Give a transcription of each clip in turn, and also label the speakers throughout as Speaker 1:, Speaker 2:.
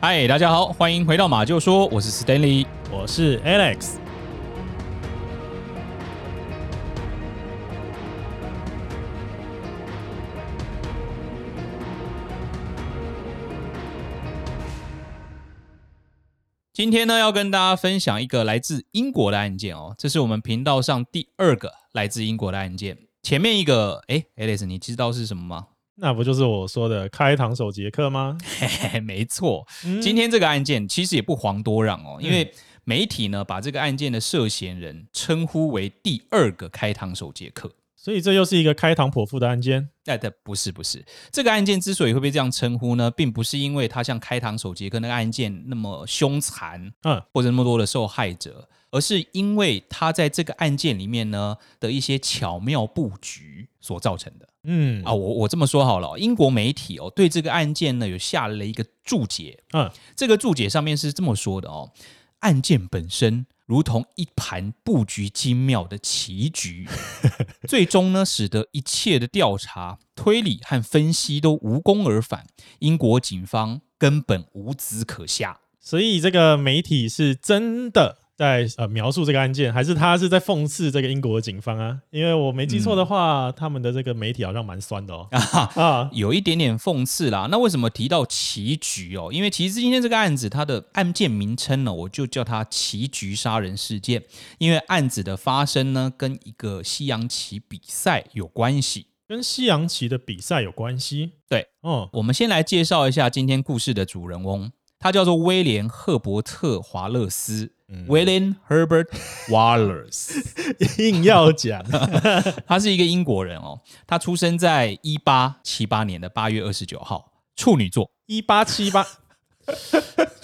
Speaker 1: 嗨，大家好，欢迎回到马厩说，我是 Stanley。
Speaker 2: 我是 Alex。
Speaker 1: 今天呢，要跟大家分享一个来自英国的案件哦，这是我们频道上第二个来自英国的案件。前面一个，哎，Alex，你知道是什么吗？
Speaker 2: 那不就是我说的开膛手杰克吗？
Speaker 1: 嘿嘿，没错，
Speaker 2: 嗯
Speaker 1: 今天这个案件其实也不遑多让哦，因为媒体呢把这个案件的涉嫌人称呼为第二个开膛手杰克。
Speaker 2: 所以这又是一个开膛破腹的案件。
Speaker 1: 哎，对，不是不是，这个案件之所以会被这样称呼呢，并不是因为它像开膛手杰克那个案件那么凶残，
Speaker 2: 嗯，
Speaker 1: 或者那么多的受害者，而是因为他在这个案件里面呢的一些巧妙布局所造成的。
Speaker 2: 嗯
Speaker 1: 啊，我我这么说好了哦，英国媒体哦对这个案件呢有下了一个注解，
Speaker 2: 嗯，
Speaker 1: 这个注解上面是这么说的哦：案件本身如同一盘布局精妙的棋 局，最终呢使得一切的调查、推理和分析都无功而返，英国警方根本无子可下。
Speaker 2: 所以这个媒体是真的在呃描述这个案件，还是他是在讽刺这个英国警方啊？因为我没记错的
Speaker 1: 嗯
Speaker 2: 话，他们的这个媒体好像蛮酸 的哦。啊，
Speaker 1: 有一点点讽刺啦。那为什么提到棋局哦？因为其实今天这个案子，它的案件名称呢，我就叫它棋局杀人事件，因为案子的发生呢，跟一个西洋棋比赛有关系。
Speaker 2: 跟西洋棋的比赛有关系。
Speaker 1: 对，
Speaker 2: 哦，
Speaker 1: 我们先来介绍一下今天故事的主人翁，他叫做威廉·赫伯特·华勒斯。William Herbert Wallace，
Speaker 2: 硬要讲，
Speaker 1: 他是一个英国人哦，他出生在一八七八年的八月二十九号，处女座，
Speaker 2: 一八七八，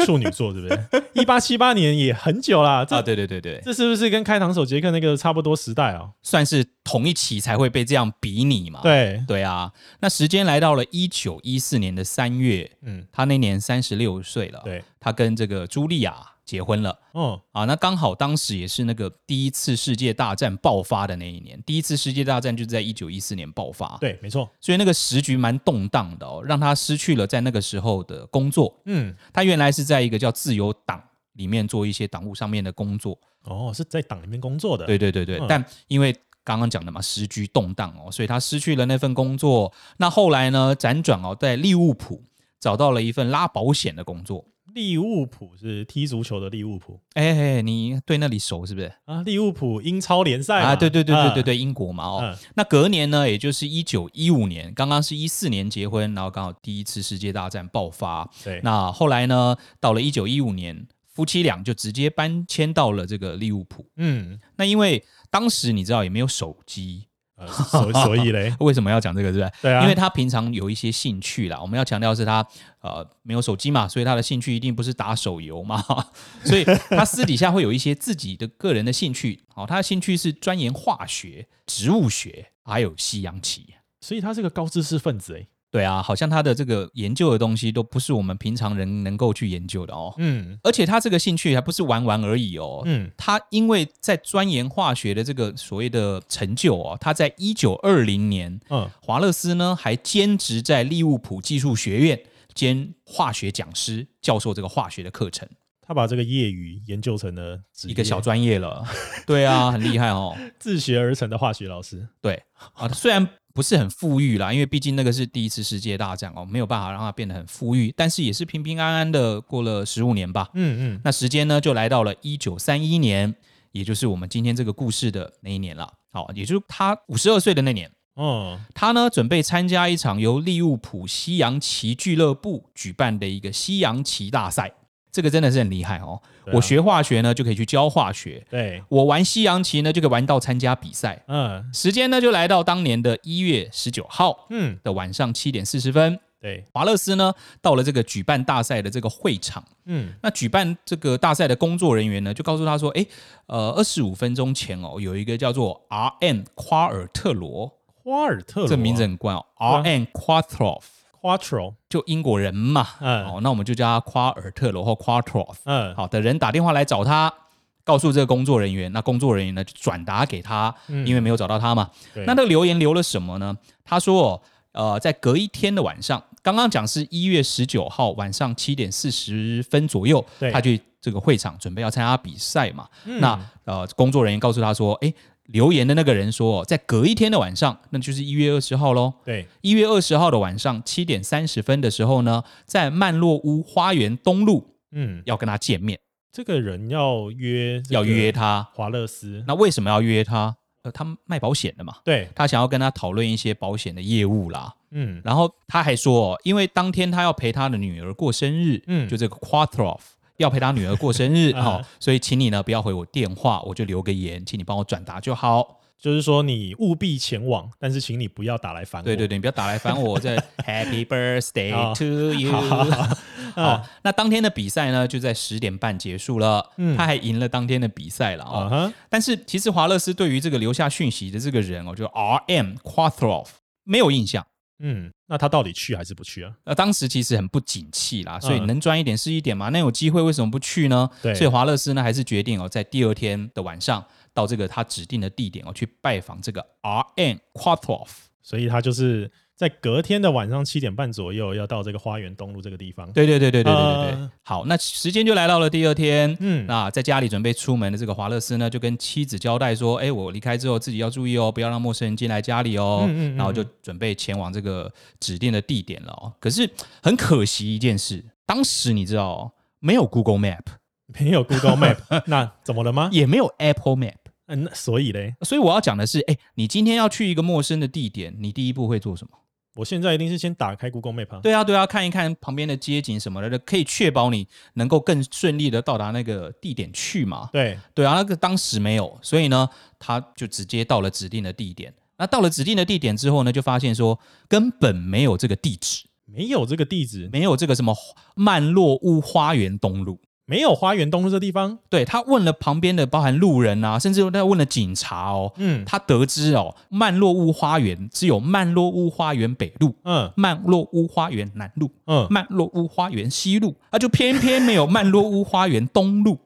Speaker 2: 处女座对不对？一八七八年也很久啦，这、
Speaker 1: 啊，对对对对，
Speaker 2: 这是不是跟开膛手杰克那个差不多时代哦？
Speaker 1: 算是同一期才会被这样比拟嘛。
Speaker 2: 对，
Speaker 1: 对啊，那时间来到了一九一四年的三月，
Speaker 2: 嗯，
Speaker 1: 他那年三十六岁了，
Speaker 2: 对，
Speaker 1: 他跟这个茱莉亚结婚了。
Speaker 2: 哦，
Speaker 1: 啊，那刚好当时也是那个第一次世界大战爆发的那一年，第一次世界大战就是在一九一四年爆发，，
Speaker 2: 对，没错，
Speaker 1: 所以那个时局蛮动荡的哦，让他失去了在那个时候的工作。
Speaker 2: 嗯，
Speaker 1: 他原来是在一个叫自由党里面做一些党务上面的工作，
Speaker 2: 哦，是在党里面工作的，
Speaker 1: 对对对对，
Speaker 2: 嗯
Speaker 1: 但因为刚刚讲的嘛，时局动荡哦，所以他失去了那份工作。那后来呢，辗转哦，在利物浦找到了一份拉保险的工作。
Speaker 2: 利物浦是踢足球的利物浦
Speaker 1: 哎哎，你对那里熟是不是？
Speaker 2: 啊，利物浦英超联赛嘛
Speaker 1: 啊，对对对对对，
Speaker 2: 啊
Speaker 1: 对，英国嘛哦。
Speaker 2: 嗯
Speaker 1: 那隔年呢，也就是一九一五年，刚刚是一四年结婚，然后刚好第一次世界大战爆发。
Speaker 2: 对，
Speaker 1: 那后来呢，到了一九一五年，夫妻俩就直接搬迁到了这个利物浦。
Speaker 2: 嗯，
Speaker 1: 那因为当时你知道也没有手机，，
Speaker 2: 呃所所以嘞
Speaker 1: 为什么要讲这个？是不是？
Speaker 2: 对啊，
Speaker 1: 因为他平常有一些兴趣啦，我们要强调是他呃没有手机嘛，所以他的兴趣一定不是打手游嘛， 所以他私底下会有一些自己的个人的兴趣。好、他的兴趣是钻研化学、植物学，还有西洋棋。
Speaker 2: 所以他是个高知识分子哎，
Speaker 1: 对啊，好像他的这个研究的东西都不是我们平常人能够去研究的哦。
Speaker 2: 嗯
Speaker 1: 而且他这个兴趣还不是玩玩而已哦，
Speaker 2: 嗯，
Speaker 1: 他因为在钻研化学的这个所谓的成就哦，他在一九二零年
Speaker 2: 嗯，
Speaker 1: 华勒斯呢还兼职在利物浦技术学院兼化学讲师，教授这个化学的课程，
Speaker 2: 他把这个业余研究成了职
Speaker 1: 一个
Speaker 2: 业
Speaker 1: 小专业了。 对啊，很厉害哦。
Speaker 2: 自学而成的化学老师，
Speaker 1: 对啊，虽然不是很富裕啦，因为毕竟那个是第一次世界大战哦，没有办法让他变得很富裕，但是也是平平安安的过了十五年吧。
Speaker 2: 嗯嗯，
Speaker 1: 那时间呢，就来到了一九三一年，也就是我们今天这个故事的那一年了。好，也就是他五十二岁的那年，
Speaker 2: 哦，
Speaker 1: 他呢准备参加一场由利物浦西洋棋俱乐部举办的一个西洋棋大赛。这个真的是很厉害哦！
Speaker 2: 对啊
Speaker 1: 我学化学呢，就可以去教化学；
Speaker 2: 对，
Speaker 1: 我玩西洋棋呢，就可以玩到参加比赛。
Speaker 2: 嗯
Speaker 1: 时间呢，就来到当年的一月十九号
Speaker 2: 嗯，
Speaker 1: 的晚上七点四十分。
Speaker 2: 对，
Speaker 1: 华勒斯呢，到了这个举办大赛的这个会场。
Speaker 2: 嗯
Speaker 1: 那举办这个大赛的工作人员呢，就告诉他说：“诶，呃，二十五分钟前哦，有一个叫做 R.M. 夸尔特罗，
Speaker 2: 夸尔特罗啊
Speaker 1: 这名字很怪哦
Speaker 2: 啊
Speaker 1: ，R.M. Quatroff，
Speaker 2: Quattro，
Speaker 1: 就英国人嘛，
Speaker 2: 嗯
Speaker 1: 哦，那我们就叫他夸尔特罗或 Quatroff。
Speaker 2: 嗯
Speaker 1: 好的人打电话来找他，告诉这个工作人员，那工作人员呢就转达给他，
Speaker 2: 嗯
Speaker 1: 因为没有找到他嘛。
Speaker 2: 对
Speaker 1: 那那个留言留了什么呢？他说哦，呃，在隔一天的晚上，刚刚讲是一月十九号晚上七点四十分左右
Speaker 2: 对，嗯
Speaker 1: 他去这个会场准备要参加比赛嘛。那呃，工作人员告诉他说，诶，留言的那个人说，在隔一天的晚上，那就是一月二十号喽。
Speaker 2: 对，
Speaker 1: 一月二十号的晚上七点三十分的时候呢，在曼洛屋花园东路
Speaker 2: 嗯，
Speaker 1: 要跟他见面，
Speaker 2: 这个人要约，
Speaker 1: 要约他。
Speaker 2: 华勒斯，
Speaker 1: 那为什么要约他？呃，他卖保险的嘛，
Speaker 2: 对，
Speaker 1: 他想要跟他讨论一些保险的业务啦。
Speaker 2: 嗯，
Speaker 1: 然后他还说，哦因为当天他要陪他的女儿过生日，
Speaker 2: 嗯
Speaker 1: 就这个 Quattroff 要陪他女儿过生日，
Speaker 2: 啊
Speaker 1: 好、所以请你呢不要回我电话，我就留个言，请你帮我转达就好。
Speaker 2: 就是说你务必前往，但是请你不要打来烦我。
Speaker 1: 对对对，你不要打来烦我， 这 Happy Birthday
Speaker 2: 哦
Speaker 1: to you。
Speaker 2: 好
Speaker 1: 好，那当天的比赛呢，就在十点半结束了，
Speaker 2: 嗯
Speaker 1: 他还赢了当天的比赛了
Speaker 2: 啊
Speaker 1: 哦。
Speaker 2: 哈，
Speaker 1: 但是其实华勒斯对于这个留下讯息的这个人哦，就 R M Quattroff 没有印象。
Speaker 2: 嗯，那他到底去还是不去啊？
Speaker 1: 呃，当时其实很不景气啦，所以
Speaker 2: 嗯
Speaker 1: 能赚一点是一点嘛。那有机会为什么不去呢？
Speaker 2: 对
Speaker 1: 所以华勒斯呢还是决定哦，在第二天的晚上到这个他指定的地点哦，去拜访这个 R N Quatroff。
Speaker 2: 所以他就是在隔天的晚上七点半左右要到这个花园东路这个地方。
Speaker 1: 对对对对对对对对。
Speaker 2: 嗯
Speaker 1: 好，那时间就来到了第二天。
Speaker 2: 嗯
Speaker 1: 那在家里准备出门的这个华勒斯呢，就跟妻子交代说：“哎，我离开之后自己要注意哦，不要让陌生人进来家里哦。
Speaker 2: 嗯嗯嗯
Speaker 1: 然后就准备前往这个指定的地点了哦。可是很可惜一件事，当时你知道、哦、没有 Google Map。
Speaker 2: 没有 Google Map，那怎么了吗？
Speaker 1: 也没有 Apple Map。
Speaker 2: 嗯，那所以嘞，
Speaker 1: 所以我要讲的是，哎、你今天要去一个陌生的地点，你第一步会做什么？
Speaker 2: 我现在一定是先打开 Google Map 啊。
Speaker 1: 对啊，对啊，看一看旁边的街景什么的，可以确保你能够更顺利的到达那个地点去嘛。
Speaker 2: 对，
Speaker 1: 对啊，那个当时没有，所以呢，他就直接到了指定的地点。那到了指定的地点之后呢，就发现说根本没有这个地址，
Speaker 2: 没有这个地址，
Speaker 1: 没有这个什么曼洛屋花园东路。
Speaker 2: 没有花园东路这地方。
Speaker 1: 对他问了旁边的包含路人啊，甚至他问了警察哦，
Speaker 2: 嗯
Speaker 1: 他得知哦，曼洛屋花园只有曼洛屋花园北路、
Speaker 2: 嗯
Speaker 1: 曼洛屋花园南路、
Speaker 2: 嗯，
Speaker 1: 曼洛屋花园西路，啊，就偏偏没有曼洛屋花园东路。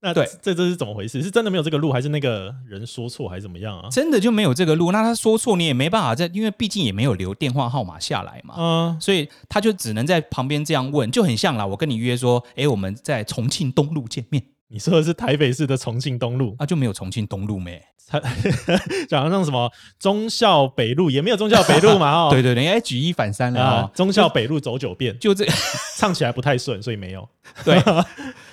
Speaker 2: 那
Speaker 1: 对
Speaker 2: 这这是怎么回事？是真的没有这个路，还是那个人说错，还是怎么样啊？
Speaker 1: 真的就没有这个路。那他说错，你也没办法在，因为毕竟也没有留电话号码下来嘛，
Speaker 2: 嗯，
Speaker 1: 所以他就只能在旁边这样问，就很像啦。我跟你约说，诶，我们在重庆东路见面
Speaker 2: 你说的是台北市的重庆东路，
Speaker 1: 啊，就没有重庆东路没。
Speaker 2: 讲像什么忠孝北路，也没有忠孝北 路嘛哦。
Speaker 1: 对对对，哎，举一反三了
Speaker 2: 啊
Speaker 1: 哦，，
Speaker 2: 忠孝北路走九遍，
Speaker 1: 就这。
Speaker 2: 唱起来不太顺，所以没有。
Speaker 1: 对，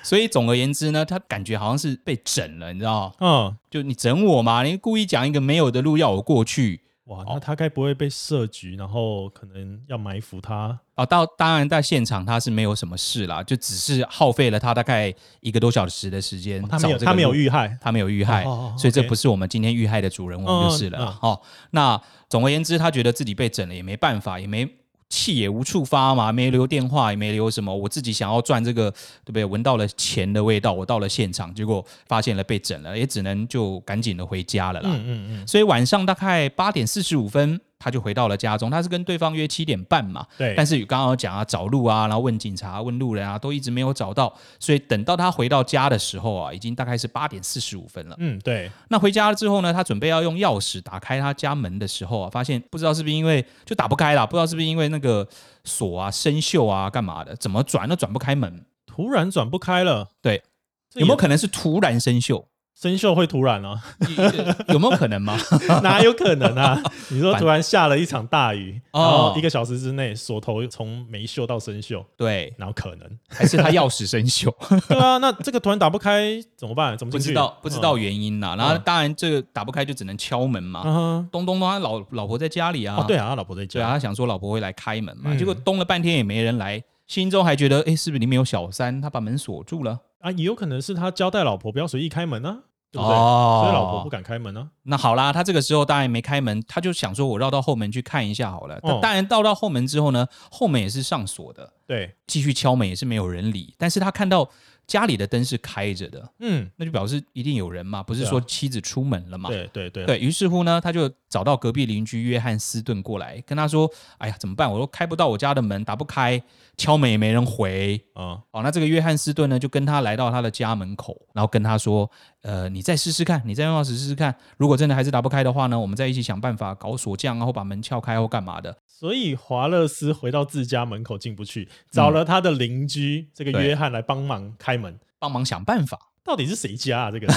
Speaker 1: 所以总而言之呢，他感觉好像是被整了，你知道吗？
Speaker 2: 嗯，
Speaker 1: 就你整我嘛，你故意讲一个没有的路要我过去
Speaker 2: 哇，那他该不会被设局，然后可能要埋伏他？
Speaker 1: 啊。到当然在现场他是没有什么事啦，就只是耗费了他大概一个多小时的时间、
Speaker 2: 哦他没有，
Speaker 1: 找这个
Speaker 2: 他没有
Speaker 1: 路啊
Speaker 2: 遇害。
Speaker 1: 他没有遇害，
Speaker 2: 哦哦哦
Speaker 1: 所以这
Speaker 2: OK
Speaker 1: 不是我们今天遇害的主人翁就是了啦。哦，那总而言之，他觉得自己被整了也没办法，也没气也无处发嘛，没留电话，也没留什么。我自己想要赚这个，对不对？闻到了钱的味道，我到了现场，结果发现了被整了，也只能就赶紧的回家了啦。
Speaker 2: 嗯嗯嗯，
Speaker 1: 所以晚上大概八点四十五分，他就回到了家中。他是跟对方约七点半嘛，
Speaker 2: 对。
Speaker 1: 但是刚刚有讲啊，找路啊，然后问警察、问路人啊，都一直没有找到，所以等到他回到家的时候啊，已经大概是八点四十五分了。
Speaker 2: 嗯，对，
Speaker 1: 那回家之后呢，他准备要用钥匙打开他家门的时候啊，发现不知道是不是因为就打不开啦，不知道是不是因为那个锁啊、生锈啊、干嘛的，怎么转都转不开门。
Speaker 2: 突然转不开了。
Speaker 1: 对，
Speaker 2: 这
Speaker 1: 有没有
Speaker 2: 也
Speaker 1: 可能是突然生锈？
Speaker 2: 生锈会突然啊？
Speaker 1: 有没有可能 吗？
Speaker 2: 哪有可能 啊？你说
Speaker 1: 反
Speaker 2: 突然下了一场大雨，
Speaker 1: 哦
Speaker 2: 然后一个小时之内锁头从没锈到生锈，
Speaker 1: 对，
Speaker 2: 哪有 可能？
Speaker 1: 还是他钥匙生 锈？
Speaker 2: 对啊，那这个突然打不开怎么办？怎么
Speaker 1: 不
Speaker 2: 进去
Speaker 1: 知道，不知道
Speaker 2: 嗯
Speaker 1: 原因啦。然后
Speaker 2: 嗯
Speaker 1: 当然这个打不开就只能敲门嘛。
Speaker 2: 啊哈。
Speaker 1: 咚咚咚，他老老婆在家里啊。
Speaker 2: 哦，对啊，他老婆在
Speaker 1: 对
Speaker 2: 家。
Speaker 1: 啊，他想说老婆会来开门嘛，
Speaker 2: 嗯
Speaker 1: 结果咚了半天也没人来，心中还觉得，哎，是不是里面有小三？他把门锁住了，
Speaker 2: 啊，也有可能是他交代老婆不要随意开门啊，对不对？
Speaker 1: 哦
Speaker 2: 所以老婆不敢开门啊。
Speaker 1: 那好啦，他这个时候当然没开门，他就想说我绕到后门去看一下好了。
Speaker 2: 哦
Speaker 1: 当然到到后门之后呢，后门也是上锁的，
Speaker 2: 对，
Speaker 1: 继续敲门也是没有人理，但是他看到家里的灯是开着的，
Speaker 2: 嗯，
Speaker 1: 那就表示一定有人嘛，不是
Speaker 2: 对啊
Speaker 1: 说妻子出门了嘛？
Speaker 2: 对对对，
Speaker 1: 对于是乎呢，他就找到隔壁邻居约翰斯顿过来，跟他说：“哎呀，怎么办？我都开不到我家的门，打不开，敲门也没人回。
Speaker 2: 啊”
Speaker 1: 哦，那这个约翰斯顿呢，就跟他来到他的家门口，然后跟他说：“呃，你再试试看，你再用钥匙试试看。如果真的还是打不开的话呢，我们再一起想办法搞锁匠啊，或把门撬开或干嘛的。
Speaker 2: 所以华勒斯回到自家门口进不去，找了他的邻居这个
Speaker 1: 对
Speaker 2: 约翰来帮忙开门。
Speaker 1: 帮忙想办法，
Speaker 2: 到底是谁家啊？这个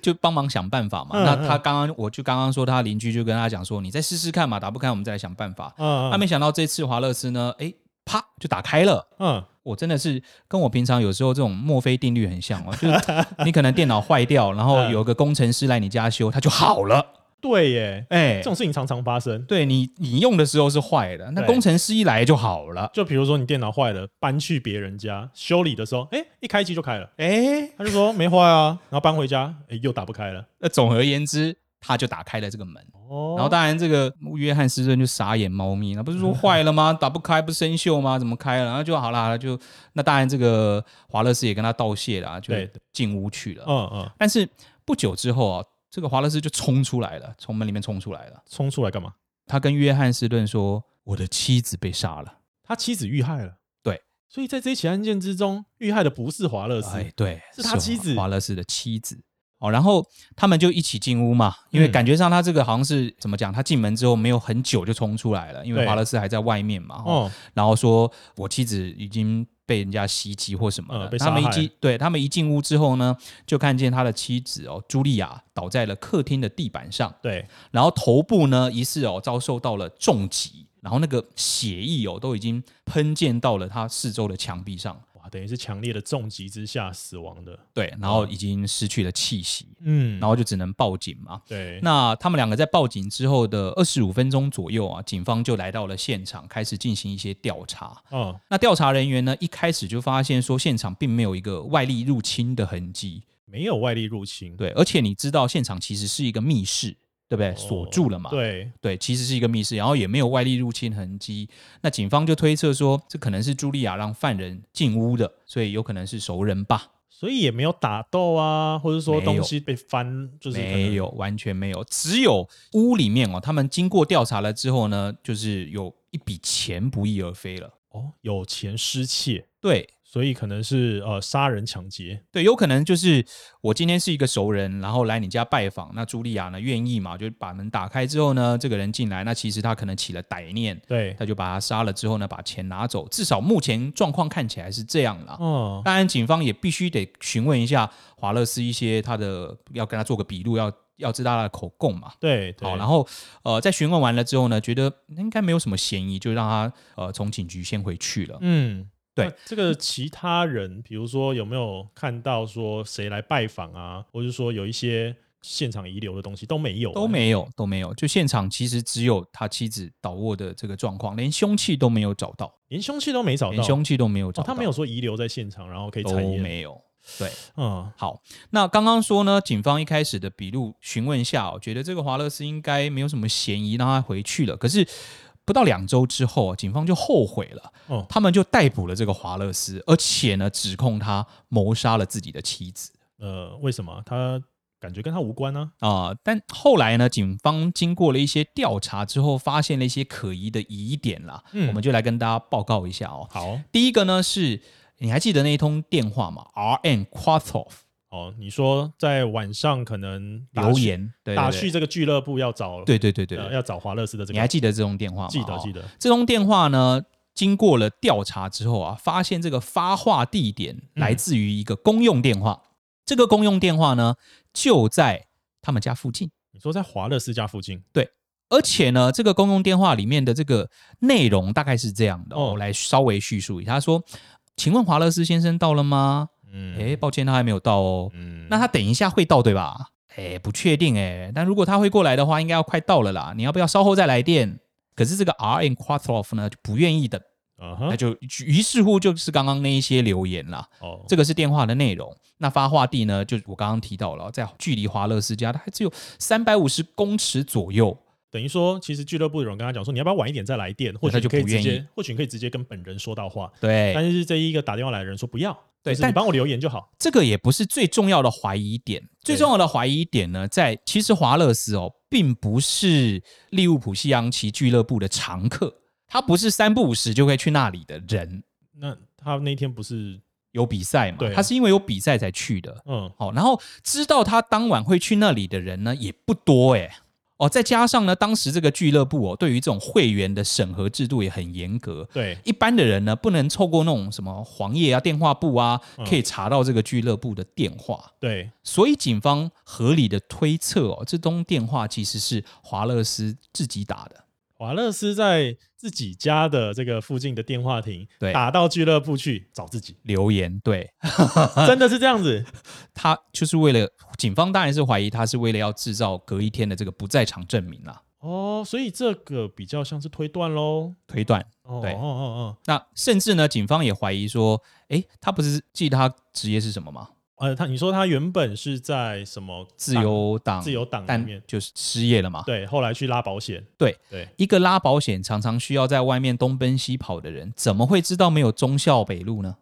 Speaker 1: 就帮忙想办法嘛。
Speaker 2: 嗯
Speaker 1: 那
Speaker 2: 嗯
Speaker 1: 他刚刚我就刚刚说他邻居就跟他讲说，你再试试看嘛，打不开我们再来想办法。
Speaker 2: 嗯
Speaker 1: 他没想到这次华勒斯呢，哎，啪就打开了。
Speaker 2: 嗯，
Speaker 1: 我真的是跟我平常有时候这种墨菲定律很像哦，就是 你可能电脑坏掉，然后
Speaker 2: 嗯
Speaker 1: 有个工程师来你家修，它就好了。
Speaker 2: 对耶，
Speaker 1: 哎、
Speaker 2: 这种事情常常发生。
Speaker 1: 对你你用的时候是坏的，那
Speaker 2: 对
Speaker 1: 工程师一来就好了。
Speaker 2: 就比如说你电脑坏了，搬去别人家修理的时候，哎、一开机就开了，
Speaker 1: 哎、
Speaker 2: 他就说没坏啊，然后搬回家，哎、又打不开了。
Speaker 1: 那总而言之，他就打开了这个门。
Speaker 2: 哦，
Speaker 1: 然后当然，这个约翰斯顿就傻眼猫咪，那不是说坏了吗？打不开，不是生锈吗？怎么开了？然后就好啦，好啦就那当然，这个华勒斯也跟他道谢了啊，就
Speaker 2: 对
Speaker 1: 进屋去了。
Speaker 2: 嗯嗯，
Speaker 1: 但是不久之后啊，这个华勒斯就冲出来了，从门里面冲出来了。
Speaker 2: 冲出来干嘛？
Speaker 1: 他跟约翰斯顿说：“我的妻子被杀了。
Speaker 2: 他妻子遇害了。
Speaker 1: 对，
Speaker 2: 所以在这起案件之中，遇害的不是华勒”斯，
Speaker 1: 哎，对，
Speaker 2: 是他妻子
Speaker 1: 华勒斯的妻子。哦，然后他们就一起进屋嘛，因为
Speaker 2: 嗯
Speaker 1: 感觉上他这个好像是怎么讲，他进门之后没有很久就冲出来了，因为
Speaker 2: 对
Speaker 1: 华勒斯还在外面嘛。哦，
Speaker 2: 哦，
Speaker 1: 然后说我妻子已经被人家袭击或什么的。
Speaker 2: 呃被
Speaker 1: 他们一
Speaker 2: 杀害
Speaker 1: 进，对他们一进屋之后呢，就看见他的妻子哦，茱莉亚倒在了客厅的地板上。
Speaker 2: 对，
Speaker 1: 然后头部呢，疑似哦遭受到了重击，然后那个血液哦都已经喷溅到了他四周的墙壁上，
Speaker 2: 哇，等于是强烈的重击之下死亡的。
Speaker 1: 对，然后已经失去了气息，
Speaker 2: 嗯，
Speaker 1: 然后就只能报警嘛。
Speaker 2: 对，
Speaker 1: 那他们两个在报警之后的二十五分钟左右啊，警方就来到了现场，开始进行一些调查。
Speaker 2: 嗯
Speaker 1: 那调查人员呢，一开始就发现说现场并没有一个外力入侵的痕迹，
Speaker 2: 没有外力入侵，
Speaker 1: 对，而且你知道现场其实是一个密室，对不对？
Speaker 2: 哦
Speaker 1: 锁住了嘛，
Speaker 2: 对，
Speaker 1: 对，其实是一个密室，然后也没有外力入侵痕迹。那警方就推测说，这可能是茱莉亚让犯人进屋的，所以有可能是熟人吧？
Speaker 2: 所以也没有打斗啊，或者说
Speaker 1: 没有
Speaker 2: 东西被翻，就是可能
Speaker 1: 没有，完全没有，只有屋里面哦，他们经过调查了之后呢，就是有一笔钱不翼而飞了。
Speaker 2: 哦，有钱失窃，
Speaker 1: 对
Speaker 2: 所以可能是呃杀人抢劫，
Speaker 1: 对，有可能就是我今天是一个熟人，然后来你家拜访，那茱莉亚呢愿意嘛，就把门打开之后呢，这个人进来，那其实他可能起了歹念。
Speaker 2: 对，
Speaker 1: 他就把他杀了之后呢，把钱拿走。至少目前状况看起来是这样啦。
Speaker 2: 嗯，
Speaker 1: 当然，警方也必须得询问一下华勒斯一些他的，要跟他做个笔录，要要知道他的口供嘛。
Speaker 2: 对，对
Speaker 1: 好，然后呃，在询问完了之后呢，觉得嗯应该没有什么嫌疑，就让他呃从警局先回去了。
Speaker 2: 嗯，
Speaker 1: 对
Speaker 2: 那这个其他人，比如说有没有看到说谁来拜访啊，或者说有一些现场遗留的东西都没有、欸
Speaker 1: 都。没有，都没有，就现场其实只有他妻子倒卧的这个状况，连凶器都没有找到，
Speaker 2: 连凶器都没找到，
Speaker 1: 连凶器都没有找
Speaker 2: 哦，
Speaker 1: 到，
Speaker 2: 他没有说遗留在现场，然后可以
Speaker 1: 都
Speaker 2: 采验，
Speaker 1: 没有。对，
Speaker 2: 嗯，
Speaker 1: 好，那刚刚说呢，警方一开始的笔录询问下、哦，觉得这个华勒斯应该没有什么嫌疑，让他回去了。可是不到两周之后，哦警方就后悔了，
Speaker 2: 哦
Speaker 1: 他们就逮捕了这个华勒斯，而且呢，指控他谋杀了自己的妻子
Speaker 2: 呃，为什么他感觉跟他无关呢、
Speaker 1: 啊、但后来呢，警方经过了一些调查之后，发现了一些可疑的疑点啦，
Speaker 2: 嗯
Speaker 1: 我们就来跟大家报告一下哦。
Speaker 2: 好，
Speaker 1: 第一个呢是。你还记得那一通电话吗？R. N. Quatroff
Speaker 2: 哦，你说在晚上可能打
Speaker 1: 留
Speaker 2: 去
Speaker 1: 言，对
Speaker 2: 打
Speaker 1: 对
Speaker 2: 去这个俱乐部要找，
Speaker 1: 对对对对对
Speaker 2: 呃，要找华勒斯的这
Speaker 1: 你
Speaker 2: 个，
Speaker 1: 还记得这通电话吗？
Speaker 2: 记得
Speaker 1: 哦
Speaker 2: 记得，
Speaker 1: 这通电话呢，经过了调查之后啊，发现这个发话地点来自于一个公用电话。这个公用电话呢，就在他们家附近，
Speaker 2: 你说在华勒斯家附近，
Speaker 1: 而且呢，这个公用电话里面的这个内容大概是这样的、哦，
Speaker 2: 哦
Speaker 1: 我来稍微叙述一下。他说：“请问华勒斯先生到了吗？
Speaker 2: 嗯，
Speaker 1: 诶，抱歉，他还没有到哦。
Speaker 2: 嗯，
Speaker 1: 那他等一下会到对吧？哎，不确定哎。但如果他会过来的话，应该要快到了啦。你要不要稍后再来电？可是这个 R N Quatroff 呢就不愿意等，
Speaker 2: 啊
Speaker 1: 那
Speaker 2: 哈，
Speaker 1: 就于是乎就是刚刚那一些留言啦。
Speaker 2: 哦，
Speaker 1: 这个是电话的内容。那发话地呢，就我刚刚提到了，在距离华勒斯家它还只有三百五十公尺左右。
Speaker 2: 等于说，其实俱乐部有人跟他讲说，你要不要晚一点再来电，或
Speaker 1: 他就
Speaker 2: 许你可以
Speaker 1: 不
Speaker 2: 直
Speaker 1: 愿
Speaker 2: 接，或许你可以直接跟本人说到话。
Speaker 1: 对，
Speaker 2: 但是这一个打电话来的人说不要，
Speaker 1: 对
Speaker 2: 就是
Speaker 1: 但
Speaker 2: 你帮我留言就好。
Speaker 1: 这个也不是最重要的怀疑点。最重要的怀疑点呢，在其实华勒斯哦，并不是利物浦西洋棋俱乐部的常客，他不是三不五时就会去那里的人。
Speaker 2: 那他那天不是，
Speaker 1: 有比赛嘛
Speaker 2: 对？
Speaker 1: 他是因为有比赛才去的。哦
Speaker 2: 嗯，
Speaker 1: 好、然后知道他当晚会去那里的人呢，也不多诶、哦，再加上呢，当时这个俱乐部哦，对于这种会员的审核制度也很严格。
Speaker 2: 对，
Speaker 1: 一般的人呢，不能透过那种什么黄页啊、电话簿啊，可以查到这个俱乐部的电话。
Speaker 2: 对，
Speaker 1: 所以警方合理的推测哦，这通电话其实是华勒斯自己打的。
Speaker 2: 华勒斯在自己家的这个附近的电话亭
Speaker 1: 对
Speaker 2: 打到俱乐部去找自 己，
Speaker 1: 留言对
Speaker 2: 真的是这样子。
Speaker 1: 他就是为了警方当然是怀疑他是为了要制造隔一天的这个不在场证明啦，
Speaker 2: 哦，所以这个比较像是推断喽。
Speaker 1: 推断。
Speaker 2: 哦
Speaker 1: 对
Speaker 2: 哦哦
Speaker 1: 那甚至呢，警方也怀疑说，诶，他不是记得他职业是什么吗？
Speaker 2: 哦，呃，他你说他原本是在什么
Speaker 1: 自
Speaker 2: 党
Speaker 1: 由党，
Speaker 2: 自由党里
Speaker 1: 但
Speaker 2: 面，
Speaker 1: 就是失业了嘛。
Speaker 2: 对，后来去拉保险，
Speaker 1: 对
Speaker 2: 对，
Speaker 1: 一个拉保险常常需要在外面东奔西跑的人，怎么会知道没有忠孝北路呢？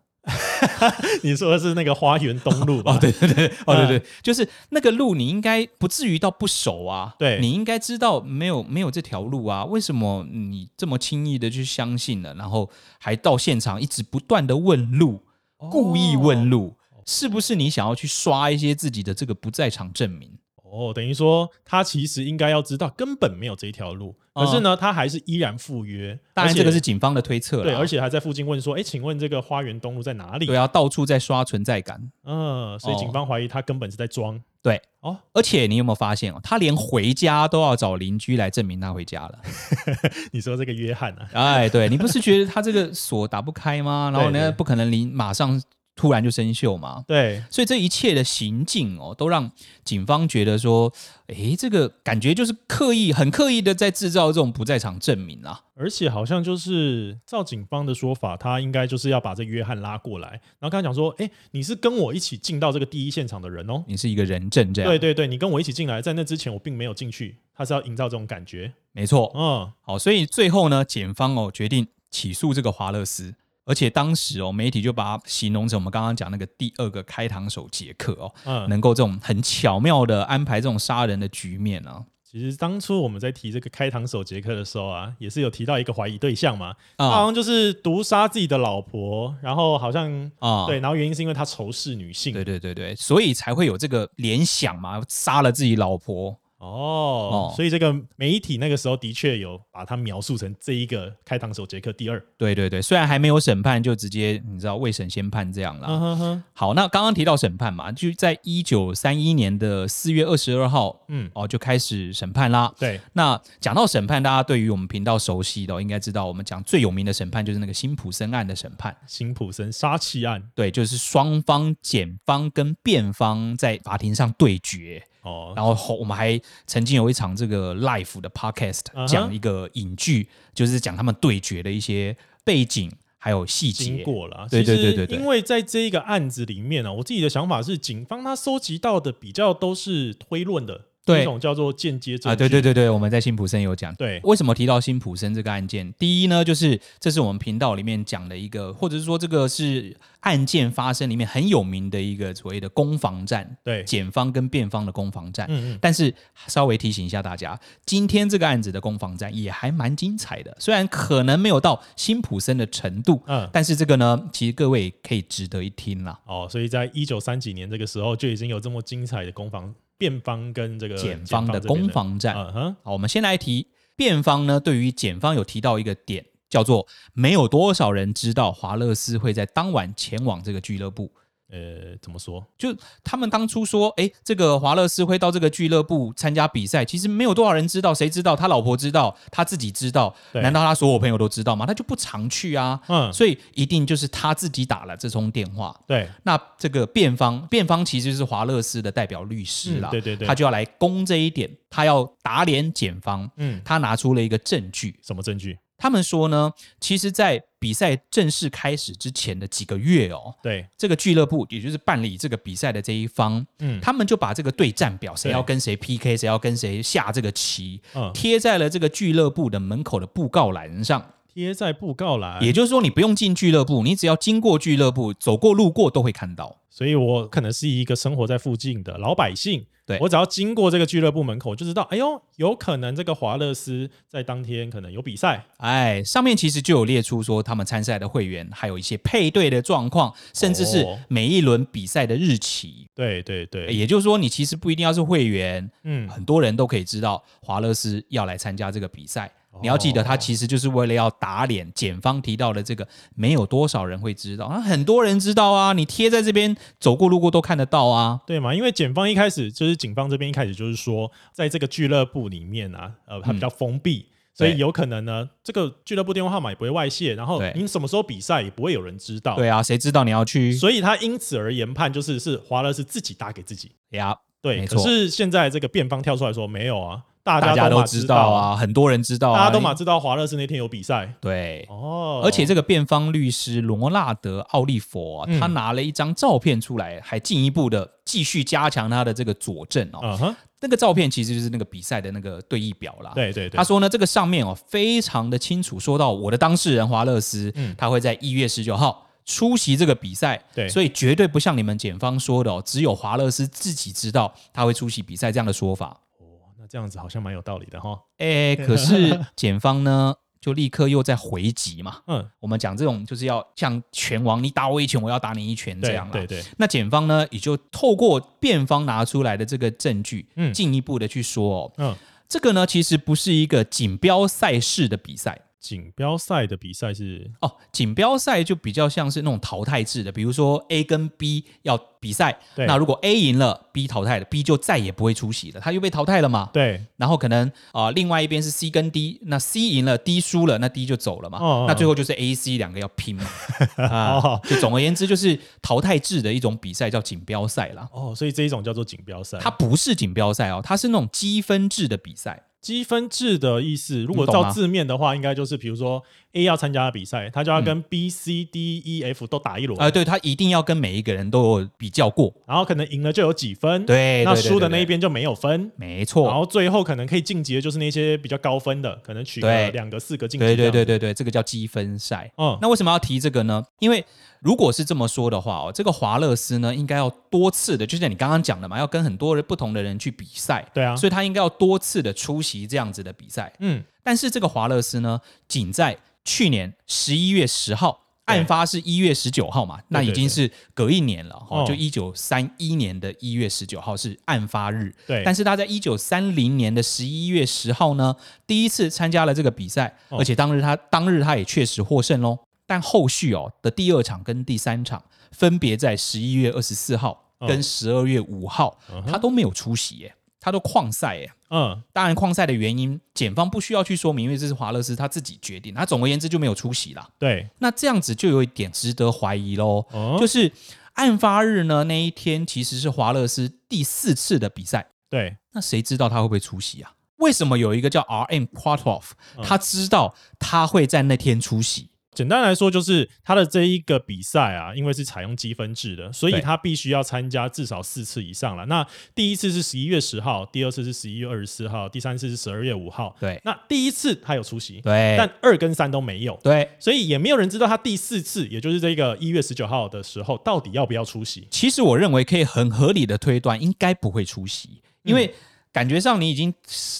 Speaker 2: 你说的是那个花园东 路吧？
Speaker 1: 哦，对对对，哦对
Speaker 2: 嗯
Speaker 1: 对，就是那个路，你应该不至于到不熟啊。
Speaker 2: 对
Speaker 1: 你应该知道没有没有这条路啊？为什么你这么轻易的去相信了，然后还到现场一直不断的问路，
Speaker 2: 哦
Speaker 1: 故意问路，是不是你想要去刷一些自己的这个不在场证明？
Speaker 2: 哦，等于说他其实应该要知道根本没有这一条路，可是呢，他还是依然赴约。
Speaker 1: 哦当然，
Speaker 2: 而且
Speaker 1: 这个是警方的推测了。
Speaker 2: 对，而且还在附近问说：“哎，请问这个花园东路在哪里
Speaker 1: 对啊，哦到处在刷存在感。？”
Speaker 2: 嗯，所以警方怀疑他根本是在装。
Speaker 1: 对，
Speaker 2: 哦，
Speaker 1: 而且你有没有发现哦，他连回家都要找邻居来证明他回家了。
Speaker 2: 你说这个约翰啊，
Speaker 1: 哎，对你不是觉得他这个锁打不开吗？然后
Speaker 2: 对
Speaker 1: 呢，
Speaker 2: 对
Speaker 1: 不可能临马上突然就生锈嘛。
Speaker 2: 对，
Speaker 1: 所以这一切的行径哦，都让警方觉得说，诶，这个感觉就是刻意、很刻意的在制造这种不在场证明啊。
Speaker 2: 而且好像就是照警方的说法，他应该就是要把这约翰拉过来，然后跟他讲说：“哎、你是跟我一起进到这个第一现场的人哦。
Speaker 1: 你是一个人证这样，
Speaker 2: 对对对，你跟我一起进来，在那之前我并没有进去，他是要营造这种感觉。
Speaker 1: 没错。
Speaker 2: 嗯，
Speaker 1: 好，所以最后呢，检方哦决定起诉这个华勒斯，而且当时哦媒体就把它形容成我们刚刚讲那个第二个开膛手杰克哦，
Speaker 2: 嗯
Speaker 1: 能够这种很巧妙的安排这种杀人的局面啊
Speaker 2: 其实当初我们在提这个开膛手杰克的时候啊，也是有提到一个怀疑对象嘛，他好
Speaker 1: 啊
Speaker 2: 像就是毒杀自己的老婆，然后好像、
Speaker 1: 啊！
Speaker 2: 对，然后原因是因为他仇视女性。
Speaker 1: 对对对对，所以才会有这个联想嘛，杀了自己老婆。
Speaker 2: 哦
Speaker 1: 哦，
Speaker 2: 所以这个媒体那个时候的确有把他描述成这一个开膛手杰克第二。
Speaker 1: 对对对，虽然还没有审判，就直接你知道未审先判这样啦。
Speaker 2: 嗯哼哼，
Speaker 1: 好，那刚刚提到审判嘛，就在一九三一年的四月二十二号
Speaker 2: 嗯，
Speaker 1: 哦就开始审判啦。
Speaker 2: 对，
Speaker 1: 那讲到审判，大家对于我们频道熟悉的、哦，应该知道我们讲最有名的审判就是那个辛普森案的审判。
Speaker 2: 辛普森杀妻案
Speaker 1: 对，就是双方检方跟辩方在法庭上对决，
Speaker 2: 哦，
Speaker 1: 然后后我们还曾经有一场这个 l i f e 的 podcast，、
Speaker 2: 嗯哼
Speaker 1: 讲一个影剧，就是讲他们对决的一些背景还有细
Speaker 2: 经
Speaker 1: 节。
Speaker 2: 过了啊。
Speaker 1: 对对
Speaker 2: 其实
Speaker 1: 对对对
Speaker 2: 因为在这一个案子里面啊呢、我自己的想法是，警方他收集到的比较都是推论的，
Speaker 1: 对
Speaker 2: 一种叫做间接证据。
Speaker 1: 啊，对对对对，我们在辛普森有讲。
Speaker 2: 对
Speaker 1: 为什么提到辛普森这个案件？第一呢，就是这是我们频道里面讲的一个，或者是说这个是案件发生里面很有名的一个所谓的攻防战，
Speaker 2: 对，
Speaker 1: 检方跟辩方的攻防战。
Speaker 2: 嗯嗯，
Speaker 1: 但是稍微提醒一下大家，今天这个案子的攻防战也还蛮精彩的，虽然可能没有到辛普森的程度，
Speaker 2: 嗯
Speaker 1: 但是这个呢，其实各位也可以值得一听啦。
Speaker 2: 哦，所以在一九三几年这个时候就已经有这么精彩的攻防，辩方跟这个
Speaker 1: 检方的
Speaker 2: 呃这边
Speaker 1: 攻，防战，
Speaker 2: 嗯哼，
Speaker 1: 好，我们先来提辩方呢，对于检方有提到一个点，叫做没有多少人知道华勒斯会在当晚前往这个俱乐部。
Speaker 2: 呃，怎么说？
Speaker 1: 就他们当初说，诶，这个华勒斯会到这个俱乐部参加比赛，其实没有多少人知道，谁知道？他老婆知道，他自己知道，
Speaker 2: 对
Speaker 1: 难道他所有朋友都知道吗？他就不常去啊，
Speaker 2: 嗯，
Speaker 1: 所以一定就是他自己打了这通电话。
Speaker 2: 对，
Speaker 1: 那这个辩方，辩方其实就是华勒斯的代表律师啦，
Speaker 2: 嗯对对对
Speaker 1: 他就要来攻这一点，他要打脸检方，
Speaker 2: 嗯，
Speaker 1: 他拿出了一个证据。
Speaker 2: 什么证据？
Speaker 1: 他们说呢，其实，在比赛正式开始之前的几个月哦，
Speaker 2: 对，
Speaker 1: 这个俱乐部，也就是办理这个比赛的这一方，
Speaker 2: 嗯，
Speaker 1: 他们就把这个对战表，谁
Speaker 2: 对
Speaker 1: 要跟谁 PK，谁要跟谁下这个棋，
Speaker 2: 嗯，
Speaker 1: 贴在了这个俱乐部的门口的布告栏上。
Speaker 2: 贴在布告栏，
Speaker 1: 也就是说，你不用进俱乐部，你只要经过俱乐部、走过、路过都会看到。
Speaker 2: 所以我可能是一个生活在附近的老百姓，
Speaker 1: 对
Speaker 2: 我只要经过这个俱乐部门口，我就知道，哎呦，有可能这个华勒斯在当天可能有比赛，
Speaker 1: 哎，上面其实就有列出说他们参赛的会员，还有一些配对的状况，甚至是
Speaker 2: 哦
Speaker 1: 每一轮比赛的日期。
Speaker 2: 对对对，
Speaker 1: 也就是说，你其实不一定要是会员，
Speaker 2: 嗯，
Speaker 1: 很多人都可以知道华勒斯要来参加这个比赛。你要记得，他
Speaker 2: 哦
Speaker 1: 其实就是为了要打脸检方提到的这个，没有多少人会知道，啊，很多人知道啊，你贴在这边走过路过都看得到啊。
Speaker 2: 对嘛？因为检方一开始就是警方这边一开始就是说，在这个俱乐部里面啊，呃，它比较封闭，所以
Speaker 1: 嗯对
Speaker 2: 有可能呢，这个俱乐部电话号码也不会外泄，然后
Speaker 1: 对
Speaker 2: 你什么时候比赛也不会有人知道，
Speaker 1: 对啊，谁知道你要去
Speaker 2: 哦所以他因此而研判就是是华勒是自己打给自己，
Speaker 1: 哎呀？
Speaker 2: 对。
Speaker 1: 没
Speaker 2: 可
Speaker 1: 错
Speaker 2: 是现在这个辩方跳出来说没有啊，大
Speaker 1: 大家
Speaker 2: 都
Speaker 1: 都
Speaker 2: 嘛
Speaker 1: 知道
Speaker 2: 道，
Speaker 1: 啊，很多人知道啊，
Speaker 2: 大家都嘛
Speaker 1: 你
Speaker 2: 知道华勒是那天有比赛
Speaker 1: 对。
Speaker 2: 哦，
Speaker 1: 而且这个辩方律师罗纳德·奥利佛啊、
Speaker 2: 嗯
Speaker 1: 他拿了一张照片出来，还进一步的继续加强他的这个佐证哦。
Speaker 2: 嗯哼，
Speaker 1: 那个照片其实就是那个比赛的那个对弈表啦。
Speaker 2: 对对对
Speaker 1: 他，说呢，这个上面哦非常的清楚说到我的当事人华勒斯，
Speaker 2: 嗯
Speaker 1: 他会在一月十九号出席这个比赛，
Speaker 2: 对
Speaker 1: 所以绝对不像你们检方说的哦，只有华勒斯自己知道他会出席比赛这样的说法。
Speaker 2: 哦那这样子好像蛮有道理的哈，
Speaker 1: 哎，可是检方呢就立刻又在回击嘛。
Speaker 2: 嗯，
Speaker 1: 我们讲这种就是要像拳王，你打我一拳，我要打你一拳这
Speaker 2: 对
Speaker 1: 样啊啦。
Speaker 2: 对对，
Speaker 1: 那检方呢，也就透过辩方拿出来的这个证据，
Speaker 2: 嗯
Speaker 1: 进一步的去说哦，
Speaker 2: 嗯，
Speaker 1: 这个呢其实不是一个锦标赛事的比赛。
Speaker 2: 锦标赛的比赛是
Speaker 1: 哦，锦标赛就比较像是那种淘汰制的，比如说 A 跟 B 要比赛，
Speaker 2: 对
Speaker 1: 那如果 A 赢了，B 淘汰了，B 就再也不会出席了，他就被淘汰了嘛。
Speaker 2: 对，
Speaker 1: 然后可能啊、呃另外一边是 C 跟 D，那 C 赢了，D 输了，那 D 就走了嘛。
Speaker 2: 哦哦
Speaker 1: 那最后就是 A、C 两个要拼 嘛。啊、
Speaker 2: 哦
Speaker 1: 就总而言之，就是淘汰制的一种比赛叫锦标赛啦。
Speaker 2: 哦，所以这一种叫做锦标赛。
Speaker 1: 它不是锦标赛哦，它是那种积分制的比赛。
Speaker 2: 积分制的意思，如
Speaker 1: 你
Speaker 2: 果
Speaker 1: 懂
Speaker 2: 照
Speaker 1: 吗
Speaker 2: 字面的话，应该就是比如说 A 要参加的比赛，他就
Speaker 1: 嗯
Speaker 2: 要跟 B、C、D、E、F 都打一轮，
Speaker 1: 啊、对，它一定要跟每一个人都有比较过。
Speaker 2: 然后可能赢了就有几分，，
Speaker 1: 对，
Speaker 2: 那
Speaker 1: 对对
Speaker 2: 输的
Speaker 1: 对
Speaker 2: 那一
Speaker 1: 对
Speaker 2: 边就没有分。
Speaker 1: 没
Speaker 2: 然
Speaker 1: 错。
Speaker 2: 后最后可能可以晋级的就是那些比较高分的，可能取
Speaker 1: 对
Speaker 2: 个两个、四个晋级。
Speaker 1: 对对对，对对，这个叫积分赛。
Speaker 2: 嗯，
Speaker 1: 那为什么要提这个呢？因为如果是这么说的话哦，这个华勒斯呢，应该要多次的，就像你刚刚讲的嘛，要跟很多人不同的人去比赛，
Speaker 2: 对啊，
Speaker 1: 所以他应该要多次的出席这样子的比赛。
Speaker 2: 嗯，
Speaker 1: 但是这个华勒斯呢，仅在去年十一月十号。
Speaker 2: 对
Speaker 1: 案发是一月十九号嘛，那已经是隔一年了哈，
Speaker 2: 哦
Speaker 1: 就一九三一年的一月十九号是案发日，
Speaker 2: 对，
Speaker 1: 但是他在一九三零年的十一月十号呢，第一次参加了这个比赛，
Speaker 2: 哦
Speaker 1: 而且当日他当日他也确实获胜喽。但后续哦的第二场跟第三场分别在十一月二十四号
Speaker 2: 哦
Speaker 1: 跟十二月五号，
Speaker 2: 嗯
Speaker 1: 他
Speaker 2: 哼
Speaker 1: 都没有出席耶，他都旷赛耶。
Speaker 2: 嗯，
Speaker 1: 当然，旷赛的原因，检方不需要去说明，因为这是华勒斯他自己决定。他总而言之就没有出席啦。
Speaker 2: 对，
Speaker 1: 那这样子就有一点值得怀疑喽，
Speaker 2: 哦
Speaker 1: 就是案发日呢那一天其实是华勒斯第四次的比赛，
Speaker 2: 对，
Speaker 1: 那谁知道他会不会出席啊？为什么有一个叫 R.M. Quatroff，
Speaker 2: 嗯
Speaker 1: 他知道他会在那天出席？
Speaker 2: 简单来说就是他的这一个比赛啊，因为是采用积分制的，所
Speaker 1: 对
Speaker 2: 以他必须要参加至少四次以上了。那第一次是十一月十号，第二次是十一月二十四号，第三次是十二月五号。
Speaker 1: 对
Speaker 2: 那第一次他有出席，
Speaker 1: 对
Speaker 2: 但二跟三都没有，
Speaker 1: 对，
Speaker 2: 所以也没有人知道他第四次，也就是这个一月十九号的时候，到底要不要出席。
Speaker 1: 其实我认为可以很合理的推断，应该不会出席，
Speaker 2: 嗯
Speaker 1: 因为感觉上你已经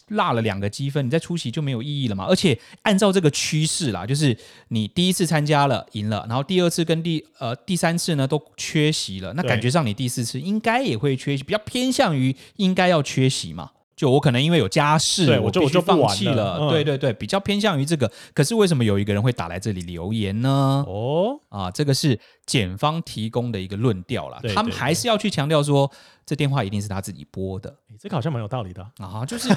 Speaker 1: 落了两个积分，你再出席就没有意义了嘛。而且按照这个趋势啦，就是你第一次参加了赢了，然后第二次跟第呃第三次呢都缺席了，那
Speaker 2: 对
Speaker 1: 感觉上你第四次应该也会缺席，比较偏向于应该要缺席嘛。就我可能因为有家事，
Speaker 2: 对我就
Speaker 1: 必须
Speaker 2: 我就不
Speaker 1: 放
Speaker 2: 玩
Speaker 1: 弃
Speaker 2: 了
Speaker 1: 了。
Speaker 2: 嗯
Speaker 1: 对对对，比较偏向于这个。可是为什么有一个人会打来这里留言呢？
Speaker 2: 哦，
Speaker 1: 啊，这个是检方提供的一个论调啦，
Speaker 2: 对
Speaker 1: 他们
Speaker 2: 对
Speaker 1: 还是要去强调说，这电话一定是他自己拨的
Speaker 2: 诶这个好像蛮有道理的啊。
Speaker 1: 啊，就是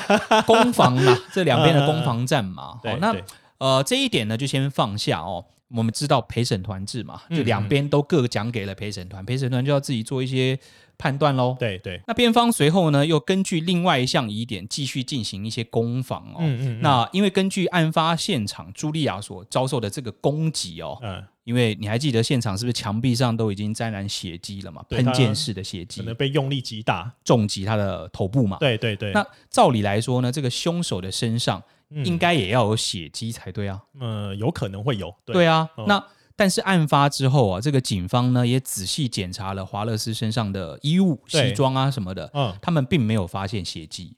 Speaker 1: 攻防 嘛，这两边的攻防战嘛。
Speaker 2: 对
Speaker 1: 好，那
Speaker 2: 对
Speaker 1: 呃这一点呢，就先放下哦。我们知道陪审团制嘛，就
Speaker 2: 嗯
Speaker 1: 两边都各讲给了陪审团，陪审团就要自己做一些判断喽。
Speaker 2: 对对，
Speaker 1: 那辩方随后呢，又根据另外一项疑点继续进行一些攻防哦。
Speaker 2: 嗯嗯嗯
Speaker 1: 那因为根据案发现场茱莉亚所遭受的这个攻击哦，
Speaker 2: 嗯，
Speaker 1: 因为你还记得现场是不是墙壁上都已经沾染血迹了嘛？
Speaker 2: 对
Speaker 1: 喷溅式的血迹
Speaker 2: 可能被用力击打。
Speaker 1: 重击他的头部嘛？
Speaker 2: 对对对，
Speaker 1: 那照理来说呢，这个凶手的身上
Speaker 2: 嗯
Speaker 1: 应该也要有血迹才对啊。
Speaker 2: 呃有可能会有，对，
Speaker 1: 对啊，
Speaker 2: 哦
Speaker 1: 那但是案发之后啊，这个警方呢也仔细检查了华勒斯身上的衣物、
Speaker 2: 对
Speaker 1: 西装啊什么的，
Speaker 2: 嗯，
Speaker 1: 他们并没有发现血迹。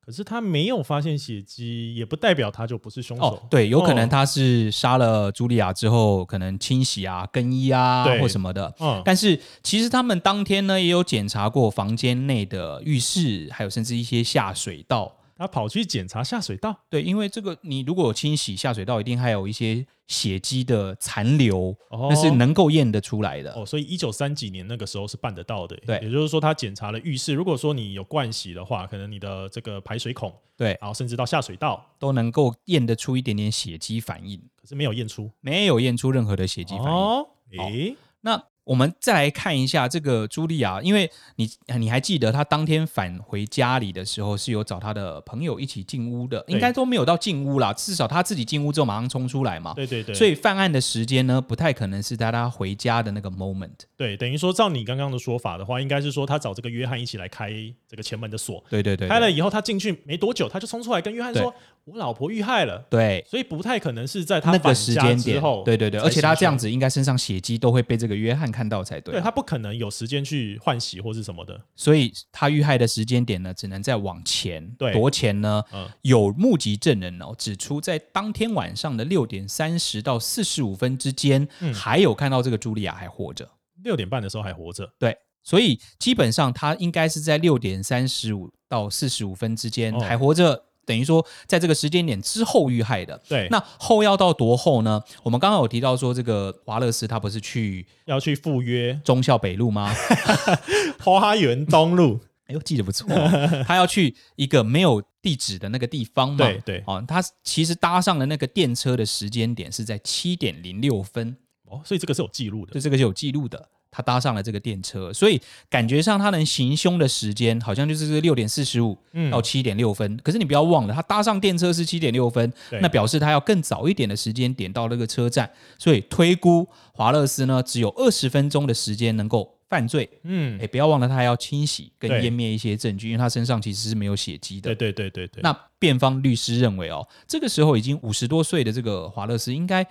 Speaker 2: 可是他没有发现血迹，也不代表他就不是凶手。
Speaker 1: 哦，对，有可能
Speaker 2: 哦，
Speaker 1: 他是杀了茱莉亚之后，可能清洗啊、更衣啊
Speaker 2: 对
Speaker 1: 或什么的。
Speaker 2: 嗯，
Speaker 1: 但是其实他们当天呢也有检查过房间内的浴室，还有甚至一些下水道。
Speaker 2: 他跑去检查下水道，
Speaker 1: 对，因为这个你如果有清洗下水道，一定还有一些血迹的残留，
Speaker 2: 哦
Speaker 1: 那是能够验得出来的。
Speaker 2: 哦，所以一九三几年那个时候是办得到的。
Speaker 1: 对
Speaker 2: 也就是说他检查了浴室，如果说你有灌洗的话，可能你的这个排水孔，
Speaker 1: 对，
Speaker 2: 然后甚至到下水道，
Speaker 1: 都能够验得出一点点血迹反应，
Speaker 2: 可是没有验出。
Speaker 1: 没有验出任何的血迹反应。
Speaker 2: 哦，
Speaker 1: 哦
Speaker 2: 诶，
Speaker 1: 那我们再来看一下这个茱莉亚，因为你你还记得她当天返回家里的时候是有找她的朋友一起进屋的，
Speaker 2: 对
Speaker 1: 应该都没有到进屋啦，至少她自己进屋之后马上冲出来嘛。
Speaker 2: 对对对，
Speaker 1: 哦所以犯案的时间呢，不太可能是在她回家的那个 moment。
Speaker 2: 对，等于说照你刚刚的说法的话，应该是说他找这个约翰一起来开这个前门的锁，
Speaker 1: 对对对，
Speaker 2: 开了
Speaker 1: 对
Speaker 2: 以后他进去没多久，他就冲出来跟约翰说：“我老婆遇害了。”
Speaker 1: 对。
Speaker 2: 所以不太可能是在他
Speaker 1: 那个
Speaker 2: 返
Speaker 1: 时
Speaker 2: 家
Speaker 1: 间
Speaker 2: 之
Speaker 1: 点
Speaker 2: 后，，
Speaker 1: 对对对，
Speaker 2: 才
Speaker 1: 而且她
Speaker 2: 行
Speaker 1: 这样
Speaker 2: 凶
Speaker 1: 子应该身上血迹都会被这个约翰看到才对，
Speaker 2: 对他不可能有时间去换洗或是什么的。
Speaker 1: 所以她遇害的时间点呢，只能再往前，
Speaker 2: 对
Speaker 1: 多前呢？
Speaker 2: 嗯
Speaker 1: 有目击证人哦指出，在当天晚上的六点三十到四十五分之间，
Speaker 2: 嗯
Speaker 1: 还有看到这个茱莉亚还活着。
Speaker 2: 六点半的时候还活着，
Speaker 1: 对，所以基本上她应该是在六点三十五到四十五分之间
Speaker 2: 哦
Speaker 1: 还活着。等于说，在这个时间点之后遇害的，
Speaker 2: 对，
Speaker 1: 那后要到多后呢？我们刚刚有提到说，这个华勒斯他不是去
Speaker 2: 要去赴约
Speaker 1: 忠孝北路吗？
Speaker 2: 花园东路，
Speaker 1: 哎呦，记得不错哦、 他要去一个没有地址的那个地方嘛。
Speaker 2: 对对
Speaker 1: 哦，他其实搭上了那个电车的时间点是在七点零六分，
Speaker 2: 哦，所以这个是有记录的
Speaker 1: 对，这个是有记录的。他搭上了这个电车，所以感觉上他能行凶的时间好像就是六点四十五
Speaker 2: 嗯
Speaker 1: 到七点六分。可是你不要忘了，他搭上电车是七点六分
Speaker 2: 对，
Speaker 1: 那表示他要更早一点的时间点到那个车站。所以推估华勒斯呢只有二十分钟的时间能够犯罪，
Speaker 2: 嗯
Speaker 1: 哎、，不要忘了他还要清洗跟
Speaker 2: 对
Speaker 1: 湮灭一些证据，因为他身上其实是没有血迹
Speaker 2: 对
Speaker 1: 的。
Speaker 2: 对对对对，
Speaker 1: 那辩方律师认为哦，这个时候已经五十多岁的这个华勒斯应该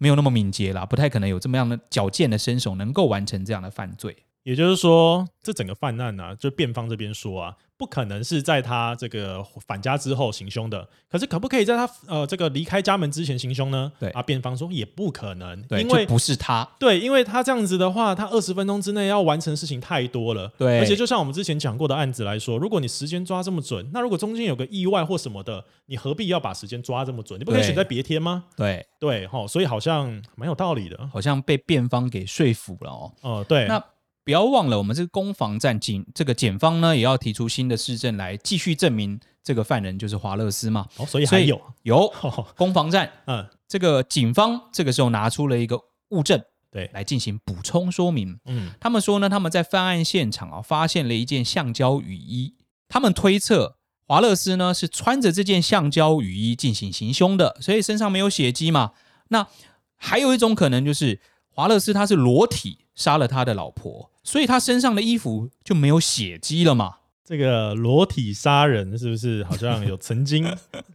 Speaker 1: 没有那么敏捷啦，不太可能有这么样的矫健的身手能够完成这样的犯罪。
Speaker 2: 也就是说，这整个犯案啊，就辩方这边说啊，不可能是在他这个返家之后行凶的。可是可不可以在他呃这个离开家门之前行凶呢？
Speaker 1: 对
Speaker 2: 啊，辩方说也不可能，
Speaker 1: 对，
Speaker 2: 因
Speaker 1: 就
Speaker 2: 为
Speaker 1: 不是他，
Speaker 2: 对，因为他这样子的话，他二十分钟之内要完成的事情太多了。
Speaker 1: 对
Speaker 2: 而且就像我们之前讲过的案子来说，如果你时间抓这么准，那如果中间有个意外或什么的，你何必要把时间抓这么准？你不可以
Speaker 1: 对
Speaker 2: 选在别天吗？
Speaker 1: 对，
Speaker 2: 对，哈，所以好像蛮有道理的。
Speaker 1: 好像被辩方给说服了哦。
Speaker 2: 哦、对，
Speaker 1: 那不要忘了，我们这个攻防战警这个检方呢，也要提出新的市政来继续证明这个犯人就是华勒斯嘛。
Speaker 2: 哦，所以
Speaker 1: 所
Speaker 2: 还
Speaker 1: 以
Speaker 2: 有，
Speaker 1: 有
Speaker 2: 哦、
Speaker 1: 攻防战，
Speaker 2: 嗯，
Speaker 1: 这个警方这个时候拿出了一个物证
Speaker 2: 对，
Speaker 1: 来进行补充说明。
Speaker 2: 嗯，
Speaker 1: 他们说呢，他们在犯案现场啊发现了一件橡胶雨衣，他们推测华勒斯呢是穿着这件橡胶雨衣进行行凶的，所以身上没有血迹嘛。那还有一种可能就是华勒斯他是裸体杀了他的老婆，所以他身上的衣服就没有血迹了嘛。
Speaker 2: 这个裸体杀人是不是好像有曾 经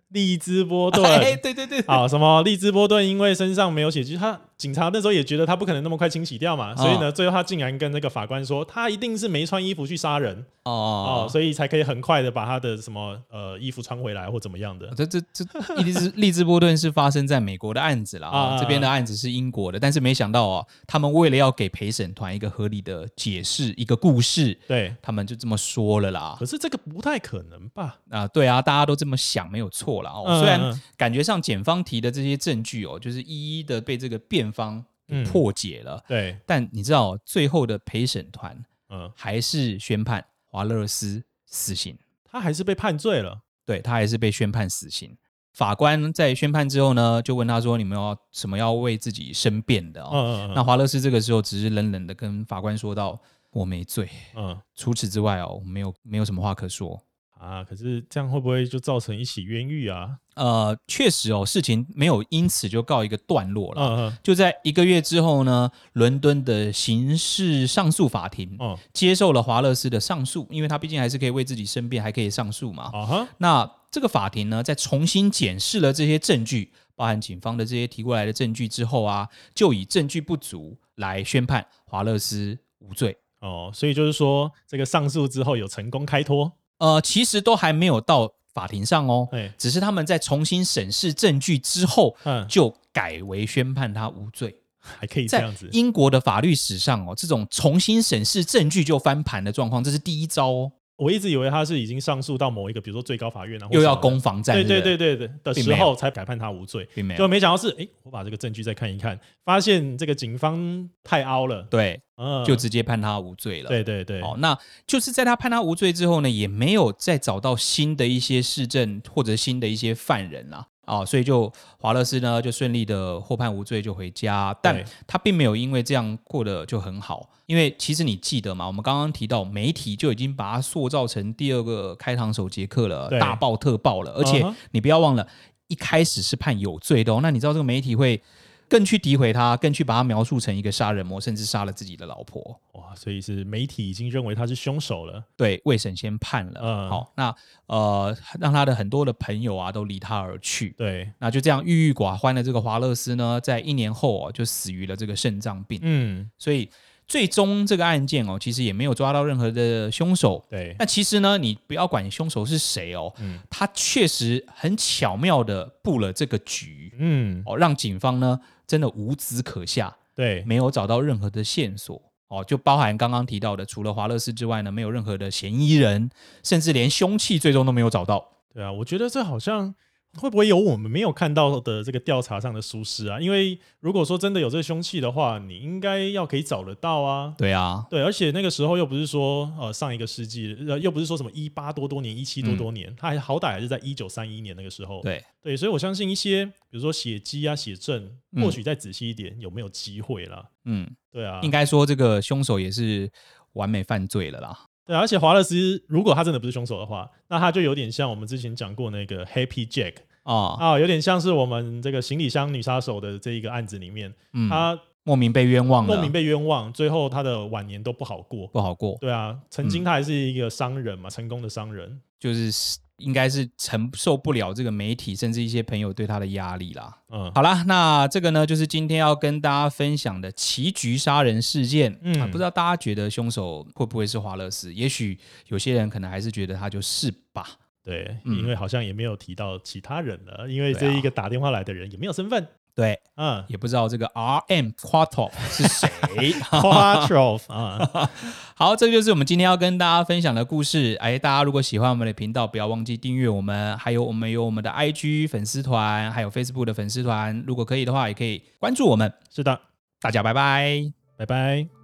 Speaker 2: 利兹波
Speaker 1: 哎
Speaker 2: 顿？
Speaker 1: 对对对，
Speaker 2: 啊，什么利兹波顿？因为身上没有血迹，他警察那时候也觉得他不可能那么快清洗掉
Speaker 1: 啊
Speaker 2: 嘛，所以呢，最后他竟然跟那个法官说，他一定是没穿衣服去杀人哦
Speaker 1: 哦，
Speaker 2: 所以才可以很快的把他的什么呃衣服穿回来或怎么 样的。
Speaker 1: 这这这利兹利兹波顿是发生在美国的案子啦，
Speaker 2: 啊啊
Speaker 1: 啊、
Speaker 2: 啊
Speaker 1: 这边的案子是英国的，但是没想到哦，他们为了要给陪审团一个合理的解释，一个故事，
Speaker 2: 对，
Speaker 1: 他们就这么说了啦
Speaker 2: 可。是这个不太可能吧？
Speaker 1: 啊，对啊，大家都这么想，没有错啦。哦。
Speaker 2: 嗯
Speaker 1: 虽然
Speaker 2: 嗯
Speaker 1: 感觉上检方提的这些证据哦，就是一一的被这个辩方给
Speaker 2: 嗯
Speaker 1: 破解了，
Speaker 2: 对，
Speaker 1: 但你知道哦、最后的陪审团
Speaker 2: 嗯，
Speaker 1: 还是宣判华勒斯死刑。
Speaker 2: 他还是被判罪了。
Speaker 1: 对他还是被宣判死刑。法官在宣判之后呢，就问他说：“你们要什么要为自己申辩的、
Speaker 2: 嗯
Speaker 1: 哦？”
Speaker 2: 嗯
Speaker 1: 那
Speaker 2: 嗯
Speaker 1: 华勒斯这个时候只是冷冷的跟法官说道：“我没罪。
Speaker 2: 嗯
Speaker 1: 除此之外哦，我没有没有什么话可说。
Speaker 2: 啊，可是这样会不会就造成一起冤狱啊？
Speaker 1: 呃，确实哦，事情没有因此就告一个段落了。
Speaker 2: 嗯
Speaker 1: 就在一个月之后呢，伦敦的刑事上诉法庭
Speaker 2: 嗯嗯，
Speaker 1: 接受了华勒斯的上诉，因为他毕竟还是可以为自己申辩，还可以上诉嘛。
Speaker 2: 啊哈，
Speaker 1: 那这个法庭呢，在重新检视了这些证据，包含警方的这些提过来的证据之后啊，就以证据不足来宣判华勒斯无罪。
Speaker 2: 哦，所以就是说这个上诉之后有成功开脱，
Speaker 1: 呃，其实都还没有到法庭上哦，
Speaker 2: 哎，
Speaker 1: 只是他们在重新审视证据之后，
Speaker 2: 嗯，
Speaker 1: 就改为宣判他无罪。
Speaker 2: 还可以嗯这
Speaker 1: 在
Speaker 2: 样子，
Speaker 1: 英国的法律史上哦，这种重新审视证据就翻盘的状况，这是第一招哦，
Speaker 2: 我一直以为他是已经上诉到某一个，比如说最高法院啊，或
Speaker 1: 又要
Speaker 2: 什么的，
Speaker 1: 攻防战，
Speaker 2: 对对
Speaker 1: 不
Speaker 2: 对，对对的
Speaker 1: 并
Speaker 2: 时
Speaker 1: 没有
Speaker 2: 候才改判他无罪，
Speaker 1: 并没
Speaker 2: 就
Speaker 1: 有
Speaker 2: 没想到是，哎，我把这个证据再看一看，发现这个警方太凹了，
Speaker 1: 对，
Speaker 2: 嗯，
Speaker 1: 就直接判他无罪了。
Speaker 2: 对对对，
Speaker 1: 哦，那就是在他判他无罪之后呢，也没有再找到新的一些市政或者新的一些犯人啦、啊。所以就华勒斯呢就顺利的获判无罪就回家，但
Speaker 2: 对
Speaker 1: 他并没有因为这样过得就很好，因为其实你记得嘛，我们刚刚提到媒体就已经把他塑造成第二个开膛手杰克了，
Speaker 2: 对
Speaker 1: 大爆特爆了，而且
Speaker 2: 嗯哼
Speaker 1: 你不要忘了，一开始是判有罪的哦，那你知道这个媒体会更去诋毁他，更去把他描述成一个杀人魔，甚至杀了自己的老婆。
Speaker 2: 哇，所以是媒体已经认为他是凶手了，
Speaker 1: 对未审先判了。
Speaker 2: 嗯
Speaker 1: 好，那呃，让他的很多的朋友啊都离他而去。
Speaker 2: 对，
Speaker 1: 那就这样郁郁寡欢的这个华勒斯呢，在一年后哦就死于了这个肾脏病。
Speaker 2: 嗯，
Speaker 1: 所以最终这个案件哦，其实也没有抓到任何的凶手。
Speaker 2: 对，
Speaker 1: 那其实呢，你不要管凶手是谁哦，
Speaker 2: 嗯
Speaker 1: 他确实很巧妙的布了这个局
Speaker 2: 嗯，
Speaker 1: 哦，让警方呢真的无子可下。
Speaker 2: 对，
Speaker 1: 没有找到任何的线索哦，就包含刚刚提到的，除了华勒斯之外呢，没有任何的嫌疑人，甚至连凶器最终都没有找到。
Speaker 2: 对啊，我觉得这好像会不会有我们没有看到的这个调查上的疏失啊？因为如果说真的有这个凶器的话，你应该要可以找得到啊。
Speaker 1: 对啊，
Speaker 2: 对，而且那个时候又不是说呃上一个世纪，呃又不是说什么一八多多年、一七多多年，他还好歹还是在一九三一年那个时候。
Speaker 1: 嗯对，
Speaker 2: 对，所以我相信一些比如说血迹啊、血证，
Speaker 1: 嗯
Speaker 2: 或许再仔细一点，有没有机会啦？
Speaker 1: 嗯，
Speaker 2: 对啊，
Speaker 1: 应该说这个凶手也是完美犯罪了啦。
Speaker 2: 对啊，而且华勒斯如果他真的不是凶手的话，那他就有点像我们之前讲过那个 Happy Jack，
Speaker 1: 啊，
Speaker 2: 啊、有点像是我们这个行李箱女杀手的这一个案子里面，
Speaker 1: 嗯，
Speaker 2: 她
Speaker 1: 莫名被冤枉了，
Speaker 2: 莫名被冤枉，最后她的晚年都不好过。
Speaker 1: 不好过，
Speaker 2: 对啊，曾
Speaker 1: 嗯
Speaker 2: 经她还是一个商人嘛，成功的商人。
Speaker 1: 就是应该是承受不了这个媒体甚至一些朋友对他的压力啦。
Speaker 2: 嗯，
Speaker 1: 好啦，那这个呢，就是今天要跟大家分享的棋局杀人事件。嗯、
Speaker 2: 嗯
Speaker 1: 不知道大家觉得凶手会不会是华勒斯？也许有些人可能还是觉得他就是吧。
Speaker 2: 对，
Speaker 1: 嗯
Speaker 2: 因为好像也没有提到其他人了，因为
Speaker 1: 对啊
Speaker 2: 这一个打电话来的人也没有身份。
Speaker 1: 对，
Speaker 2: 嗯
Speaker 1: 也不知道这个 R M Quattro 是谁。
Speaker 2: ，Quattro 啊，
Speaker 1: 好，这就是我们今天要跟大家分享的故事。哎，大家如果喜欢我们的频道，不要忘记订阅我们，还有我们有我们的 I G 粉丝团，还有 Facebook 的粉丝团。如果可以的话，也可以关注我们。
Speaker 2: 是的，
Speaker 1: 大家拜拜。
Speaker 2: 拜拜。